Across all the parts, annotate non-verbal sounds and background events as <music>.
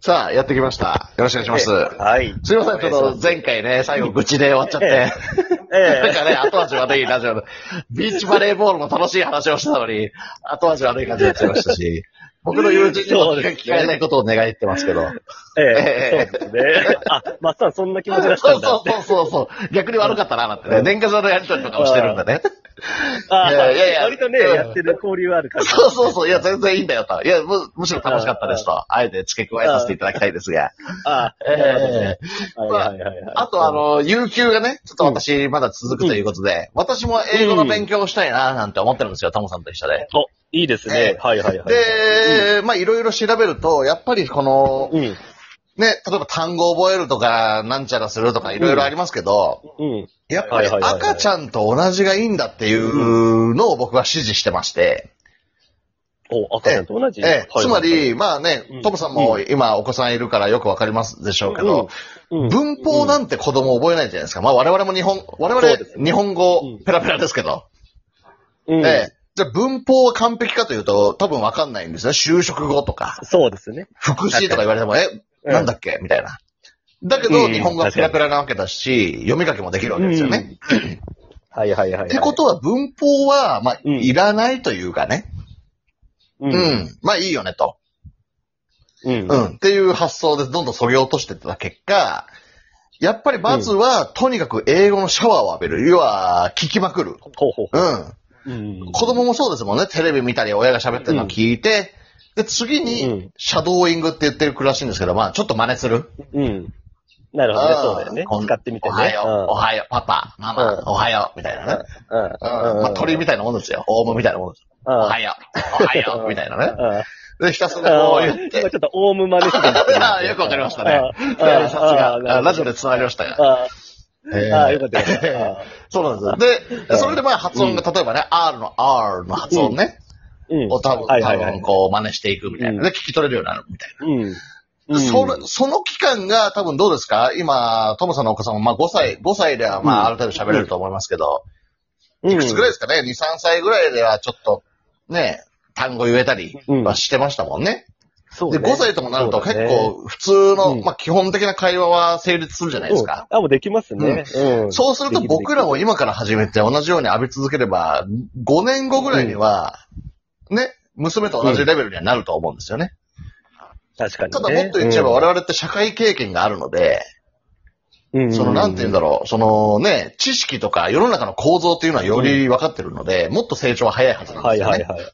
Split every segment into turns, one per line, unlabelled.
さあ、やってきました。よろしくお願いします。
はい。
すいません、ちょっと前回ね、最後愚痴で終わっちゃって。
ええ
<laughs> なんかね、後味悪いラジオの、ビーチバレーボールの楽しい話をしてたのに、後味悪い感じになっちゃいました <laughs> し、僕の友人にも
そうですね
聞かれないことを願いってますけど。
え
え
えそうですね。あ、マスさんそんな気持ちだした
<laughs> そ
ん
う
だ
そ
っ
う
て。
そうそうそう。逆に悪かったな、なんてね。年賀状のやりとりとかをしてるんでね。
あ
いやいやいや
割とね、
うん
やってる交流はあるから。
そうそうそう。いや、全然いいんだよと。いや、むむしろ楽しかったですと。 <laughs> あえて付け加えさせていただきたいですが。
ああ、なるほどね
ええ
はいはいはいはい。
あと、あ、の、有給がね、ちょっと私、まだ続くということで、私も英語の勉強をしたいな、なんて思ってるんですよ、タモさんと一緒で。
お、いいです
ええ
ね。はいはいはい。
で、まあ、いろいろ調べると、やっぱりこの、
うん、うん
ね、例えば単語を覚えるとか、なんちゃらするとか、いろいろありますけど、
うん。
やっぱり
はいはいはいはい
赤ちゃんと同じがいいんだっていうのを僕は指示してまして、
お、赤ちゃんと同じ。
ええ、つまり、まあ
う
ね
ん、
トムさんも今お子さんいるからよくわかりますでしょうけど、
文
文法なんて子供覚えないじゃないですか。まあ我々も日本、我々
そうです
日本語
うん
ペラペラですけど、
うん
ええ、じゃあ文法は完璧かというと多分わかんないんですね。就職語とか、
そうですね。
副詞とか言われても、え、
う
なんだっけみたいな。だけど、
うん
日本語はペラペラなわけだし、読み書きもできるわけですよね。
はいはいはいはい。
ってことは、文法は、まあ、
うん
いらないというかね。う
う。
んん。まあ、いいよね、と。
うん
うん。っていう発想でどんどん削ぎ落としてった結果、やっぱりまずは、とにかく英語のシャワーを浴びる。要は、聞きまくる。
ほうほう
うん。
うん。
子供もそうですもんね。テレビ見たり、親が喋ってるのを聞いて、で、次
う
に
ん、
シャドーイングって言ってるらしいんですけど、まあ、ちょっと真似する。
うん。なるほどね。そうだよね
こ。ん
使ってみて
お
ね。
はよう、おはよう、パパ、マ
うん
マ、おはよう、みたいなね。
うん。うん。
まあ、鳥みたいなもんですよ。オウムみたいなもんです。
うん。
お
うん
はよう、おはよう、みたいなね。
うん。
で、ひたすらこ
あ
う
あ
言っ
今
て。
ちょっとオウム真似して
ああ、 <laughs> よくわかりましたね。さすが。あラジオで伝わりましたが。
あ
え
あ、
ー
よかったよかった。ああ
そうなんですよ。で、それでまあ発音が、例えばね、R の R の発音ね、
うん。
を多分、
はいは
多
いは
分
い。
こう真似していくみたいな。で、聞き取れるようになるみたい
うん。う
な。
ん
それその期間が多分どうですか今、トムさんのお子さんもまあ5歳、5歳ではまあある程度喋れると思いますけど、いくつぐらいですかね ?2、3歳ぐらいではちょっと、ね、単語言えたりはしてましたもんね。
そう
で、
ね
5歳ともなると
そう
結
だね
構普通の、
うん
まあ基本的な会話は成立するじゃないですか。
うんあ、もうできますね。うん。
そうすると
できる
僕らも今から始めて同じように浴び続ければ、5年後ぐらいには、ね、娘と同じレベルにはなると思うんですよね。
確かに
た
ね。
だもっと言っちゃえば
うん
我々って社会経験があるので、
うん
そのなんて言うんだろう、そのね、知識とか世の中の構造っていうのはより分かってるので、もっと成長は早いはずなんで
は
す
い
よね。
はいはい。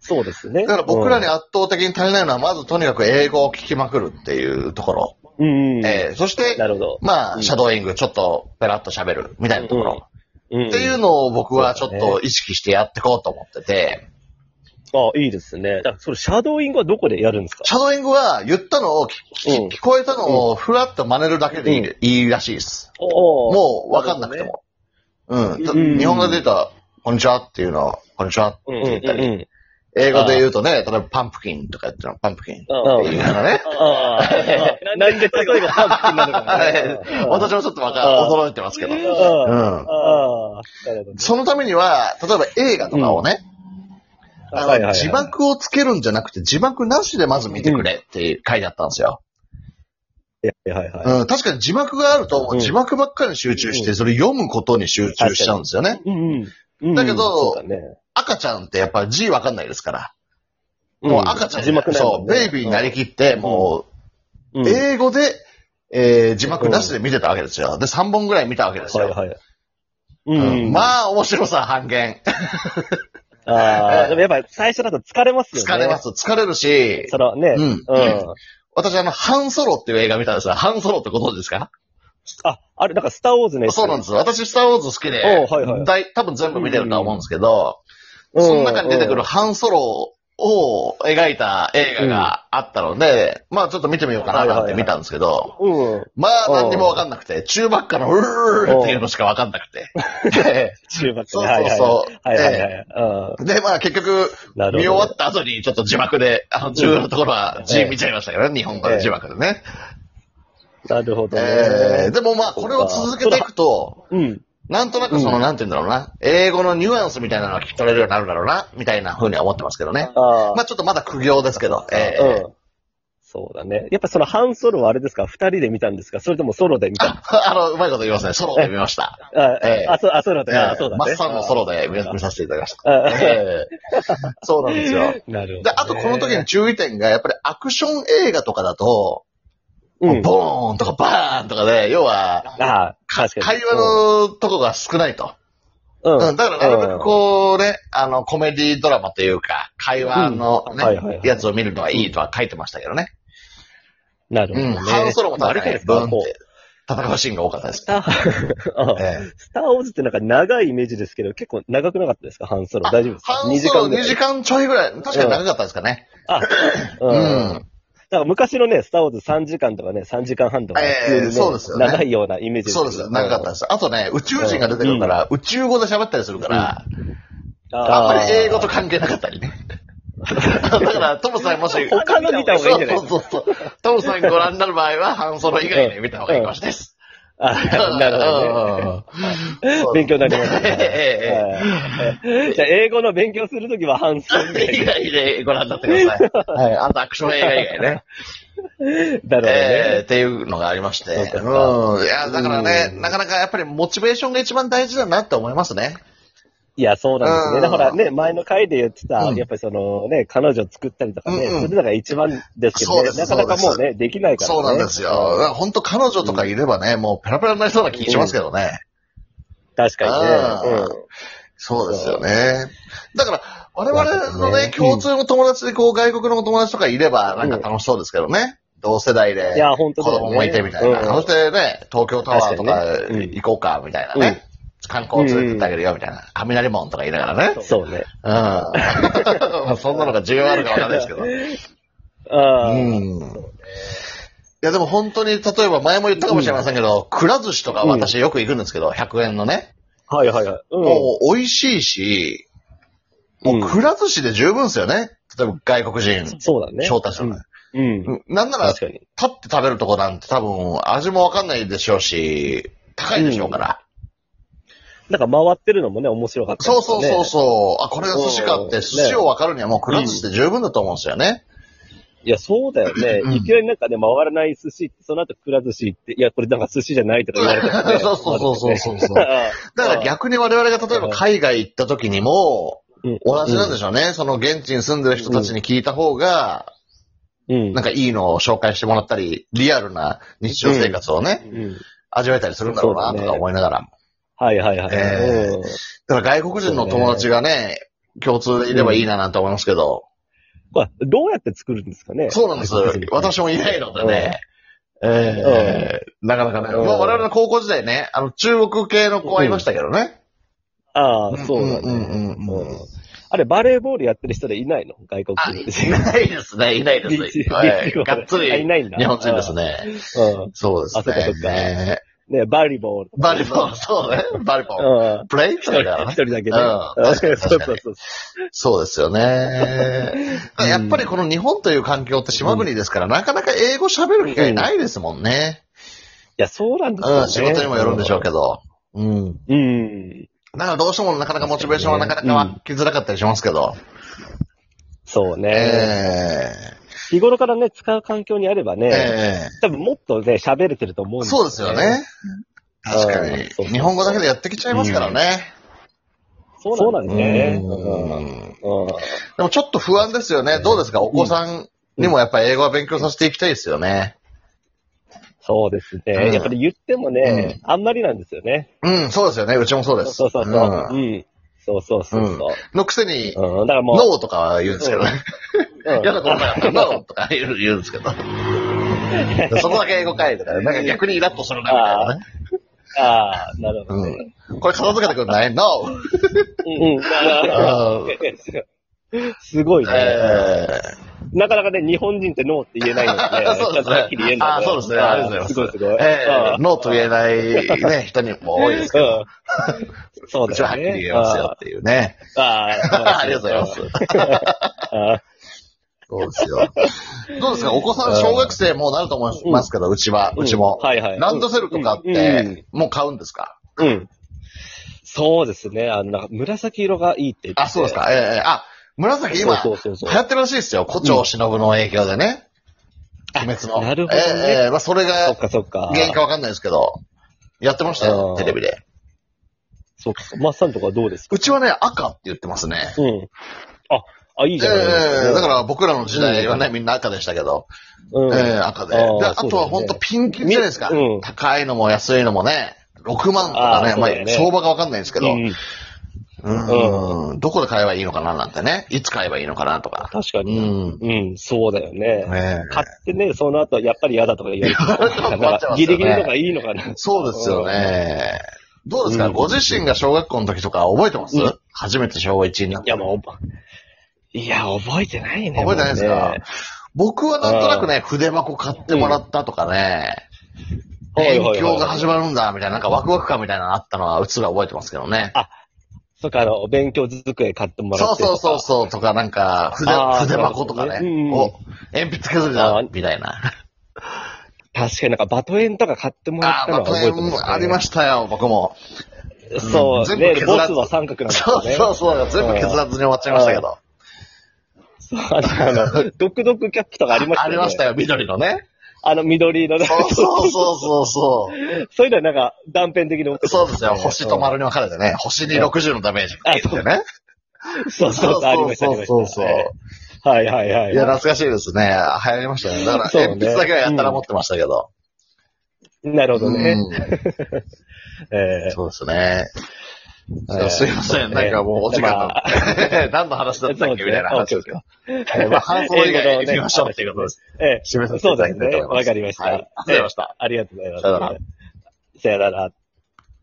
そうですね。
だから僕らに
あ
圧倒的に足りないのは、まずとにかく英語を聞きまくるっていうところ。
うん。
えーそして、
なるほど。
まあ、
うん
シャドーイング、ちょっと、ペラッと喋る、みたいなところ。
うん
っていうのを僕はちょっと意識してやっていこうと思ってて、
あ、いいですね。だから、それ、シャドーイングはどこでやるんですか
シャドーイングは言ったのを、き
うん
聞こえたのをふらっと真似るだけでいい,、いいらしいです。
おー
もう、わかんなくても。うん。た
うん
日本語で言うと、こんにちはっていうのを、こんにちはって
うん。うん
言ったり、
うん。
英語で言うとね、例えばパンプキンとか言ってたの、パンプキンって
うん
いうのね。
ああ、なんで例えばパンプになる
はい <laughs>
か
私もちょっとわか、驚いてますけど。
う
うん。
ああ、なるほどね。
そのためには、例えば映画とかをね、あの
はいはいはい
字幕をつけるんじゃなくて、字幕なしでまず見てくれって書いてあったんですよ。
はいはいはい。
うん、確かに字幕があると、もううん字幕ばっかりに集中して、それ読むことに集中しちゃうんですよね。
うんうん。
だけど
そうだね、
赤ちゃんってやっぱ字わかんないですから。もう赤ちゃん、
字幕ないも
そ
ん
う、
ね
ベイビーになりきって、も
う
う、
ん
英語で、えー字幕なしで見てたわけですよ。で、3本ぐらい見たわけです
はい
よ。
はい。
うん
あ
まあ、面白さ半減。
あー、でもやっぱ最初だと疲れますよね。
疲れま。す。疲れるし、
そのね
う、ん。
うん。
私、あの、ハンソロっていう映画見たんですが、ハンソロってご存知ですか
あ、あれ、なんかスターウォーズね。
そうなんです。私、スターウォーズ好きで、
おうはいはい
大多分全部見てるとは思うんですけど、
うん
その中に出てくるハンソロを描いた映画があったので、まあちょっと見てみようかななんて見たんですけど、
うん。
まあ何にもわかんなくて、中ばっかのうーっていうのしかわかんなくて。
中学
そうそうそう。
はいはいは
え
い。うん
え <laughs> で、まあ結局、
なるほど。
見終わった後にちょっと字幕で、あの中央のところは字見ちゃいましたけどね、日本語で字幕でね。
なるほど
ええ
ね。
でもまあこれを続けていくと、
うん。
なんとなくその、
うん
なんて言うんだろうな。英語のニュアンスみたいなのは聞き取れるようになるだろうな、みたいな風には思ってますけどね。
ああ。
まあちょっとまだ苦行ですけど、ええ <laughs>
うん。そうだね。やっぱその半ソロはあれですか二人で見たんですかそれともソロで見たんですか
あの、うまいこと言いますね。ソロで見ました。
あ
ええ
あ、そう、あ、そうだったか。あそうだね。
マッサンのソロで見
あ
させていただきました。
あ
ええ <laughs> そうなんですよ。
なるほどね。
で、あとこの時の注意点が、やっぱりアクション映画とかだと、
うん。
ボーンとかバーンとかで、要は、
ああ、確か
会
に。
話のとこが少ないと。
うん、
うん、だからなるべくこうね、あの、コメディドラマというか、会話の
うんはいはい
ね
は、い
やつを見るのはいいとは書いてましたけどね。
なるほ
う
ど
ん、
ね。
ハンソロも
あ
確
れ
か
じゃない
に
です
ブン
か、
っ
こう。
て戦うシーンが多かったです
ス。ター、あ
ええ
スターウォーズってなんか長いイメージですけど、結構長くなかったですか半ソロ。
あ
大丈夫ですか
ハン
二
ソロ2時
間
間ちょいぐらい、確かに長かったですかね。
ぐ
う
らい。うん。
ん。
だから昔のね、スターウォーズ3時間とかね、3時間半とか、
ええ
普通にね
そうですよね
長いようなイメージ
そうですよ、長かったです。あとね、宇宙人が出てくるから、宇宙語で喋ったりするから、
た。
あんまり英語と
か。
関係なかったり <laughs> ね。だから、トムさんもし、
他の見た方がいいんじゃない
そうそうそう。トムさんご覧になる場合は、ハンソロ以外で見た方がいいかもしれないです。 <laughs>
あなるほどね。
うん
勉強になりました
ええ
ね。
ええ
はいじゃあ、英語の勉強するときは半ソロで。
以外でご覧になってください。はい。あとアクション映画以外ね。
だろう
<laughs> ええ
ね。
っていうのがありまして。
そうか
うん。いや、だからね、
うん
なかなかやっぱりモチベーションが一番大事だなって思いますね。
いや、そうなんです
うん
ね。だからね、前の回で言ってた、
うん
やっぱりそのね、彼女を作ったりとかね、
うんうん
するのが一番ですけど
そうで、
ね
す
なかなかもうね、できないからね。
そうなんですよ。だから本当彼女とかいればね、もうペラペラになりそうな気しますけどね。
確かにね。うん
そうですよね。だから、我々の
そうです
ね
ね、
共通の友達でこう、外国のお友達とかいれば、なんか楽しそうですけどね。同世代
い
で、
や、本当
子
だよね
供もいてみたいな。
うん
そしてね、東京タワーとか
確かにねうん
行こうか、みたいなね。観光連れてってあげるよ、みたいな。雷門とか言いながらね。
そうね。
うん。 <laughs> まあそんなのが重要あるかわかんないですけど。う
ああ、
ん。いや、でも本当に、例えば前も言ったかもしれませんけど、くら寿司とか私よく行くんですけど、100円のね。
はいはいはい。うん
もう美味しいし、
うん
くら寿司で十分ですよね。例えば外国人、
そうだね。
招待するの、
うん。うん。
なんなら、立
確かに。
って食べるとこなんて多分味もわかんないでしょうし、高いでしょうから。
なんか回ってるのもね、面白かった
そ
で
う
す
そ
よ
う
ね。
そうそう。あ、これが寿司かっ
う
て、
ん
寿司をわかるにはもうくら寿司で十分だと思うんですよね。
いや、そうだよ
うん
ね。いきなりなんかね、回らない寿司って、その後くら寿司行って、いや、これなんか寿司じゃないとか言われたら、
<laughs>
ね。
そうそうそうそうそうそう。
あ
だから逆に我々が例えば海外行った時にも、
うん
同じなんでしょうね。その現地に住んでる人たちに聞いた方が、
ーうん。
なんかいいのを紹介してもらったり、リアルな日常生活をね、
うん。
味わえたりするんだろうな、とか思いながらも。
はいはいはい。
え
うん
だから外国人の友達がね、共通でいればいいななんて思いますけど、
これ、どうやって作るんですかね。
そうなん
<laughs>
です。私もいないのでね。ええなかなかね。
うん
まあ我々の高校時代ね、あの、中国系の子はいましたけどね。
ああ、そうなんだ、
うんうんうんうん
うんあれ、バレーボールやってる人でいないの外国
あ、
人
い
で。
ないですね、いないです。
ビーチ
はい
<laughs> ビーチボール
がっつり
あいないんだ
日本人ですね。
う
そうです
あそうかそうか
ね。
ん。ね、バリボールとか
バ
ね。
リボール、そうね。バリボール。
うん。
プレイ
一
と
人
かから
一
ね。
人だ
う
けね。
ん確かに
<laughs> そ
確
うそ
か
う
に
そう。
そうですよね。だ <laughs> からやっぱりこの日本という環境って島国ですから、なかなか英語喋る機会ないですもんね。
いや、そうなんですよ、
う
ね。
ん、仕事にもよるんでしょうけど。うん。
ど。うん。
だからどうしてもなかなかモチベーションはなかなか湧きづらかったりしますけど。
そう
え
ね。
え
日頃からね、使う環境にあれば
え
ね、
え
多分もっとね、喋れてると思うん
そうですよね。。確かに
そうそう。
日本語だけでやってきちゃいますからね。
そうなんですね。
う
うん
ん
うん
でもちょっと不安ですよね。どうですかお子さんにもやっぱり英語は勉強させていきたいですよね。
そうです
うん
ね。やっぱり言ってもね、あんまりなんですよね。
うん、そうですよね。うちもそうです。
そうそうそう。
うん
うん。そうそうそうそう。
のくせに、
うん。だからもう。
ノーとかは言うんですけどね。
うん
嫌なことだったらノーとか言う言うんですけど。そこだけ英語かいとか、なんか逆にイラッとするなみたいなね。
<laughs> ああ、なるほどね。
これ片付けてくんない ?No!
うん。あ
あ
ー <laughs> すごい
ー
ね。
え
なかなかね、日本人ってノーって言えないので、
ー <laughs> そうです
ちゃんとはっきり言え
ね
ん。だ
あー、そうですね。ありがとうございます
す。ごいすごい。
ええ
うん
ノーと言えないね、人にも多いですけど、
うん。そう
う
だ
ちはは
よ
っき
ね。
り言えますよっていうね。
あ
<laughs>
あ。
ありがとうございます。
ます。
そうですよ。どうですかお子さん、小学生もうなると思いますけど、うちは、うちも。
はいはい。
ランドセルとかっ
うん
て、もう買うんですか
うん。うんそうですね。あの、なんか紫色がいいって言って。
あ、そうです。か。ええええあ、紫今、
そうそうそう
流行ってるらしいですよ。胡蝶忍の影響でね。鬼滅の。
なるほどね
ええええまあ、それ
そっ
が
かそっか。
原因かわかんないですけど、やってました
あ
よ、
ー
テレビで。
そっか。マッサンとかどうですか
うちはね、赤って言ってますね。
うん。あ、あ、いい
え
じゃないで
え
すか。
だから僕らの時代はね、みんな赤でしたけど、
うん、
ええ赤で。で
あー
あ
そう
と
だよ
は本
ね
当ピンキリじゃないですか、
うん
高いのも安いのもね、6万とかね、
あーそう
ま
だ
あ
よね、
相場がわかんないですけど、
うん
うんどこで買えばいいのかななんてね、いつ買えばいいのかなとか。
確か
う
に。
ん。
うん、そうだよね。
ねえ
買ってね、その後はやっぱり嫌だとか言われて、
<laughs> 困
だ
っちゃいますよね
からギリギリのがいいのかな。
そうですよね。どうですか、
うん
ご自身が小学校の時とか覚えてます、
うん
初めて小1になっ
い
て
や、。まあ、おばいや、覚えてないね。
覚えてないですか
もうね
僕はなんとなくね、筆箱買ってもらったとかね、勉強が始
る。
まるんだ、みたいな、なんかワクワク感みたいなのあったのは、うつら覚えてますけどね。
そっか、あの、お勉強机買ってもら
そ
っ
う
てと
そ
か。
うそうそう、とかなんか筆
あ、ー
筆箱とか
な
ね
るほどねう
お、
ん
鉛筆削りだ
あ、ー
みたいな。
確かになんかバトエンとか買っても
あ
ら
ー、
ったの
ま
は覚え
た
てます、ね。
ありましたよ、僕も。
たそ
うん
う、
全部
ね、
削
ボ
らず
スは三角なんです
そ
よ
う
ね。
そうそう、全部削らずに終わっちゃいましたけど。
そうあの、あの毒毒キャップとかありまし
<laughs> あ
たよね。
りましたよ、緑のね。
あの、緑色の、
そうそうそうそうそう。
<laughs> そういうのはなんか断片的に多くて
そうですよ、星と丸に分かれてね、星に60のダメージが入ってね。
そうそうそう、ありました、ありました。
そうそうそう
はいはいはい。
いや、懐かしいですね。流行りましたね。だから、
そうね
鉛筆だけはやったら持ってましたけど。
なるほどね。
うん
え
そうですね。
ええ
すいません、なんかもうお時間
ま
だ。 <laughs> 何の話だったっけみたいな話ですけど。
え
まあ、半袖以
英語
外
の
に
ね
行きましょうっていうことです。
ええ
締めさせて
そ
いうた
で
だき
す
たいと
ね。
思いま
わ
す。
かりました。
はいありがとうございました
ええありがとうございます。
さよなら
さよなら。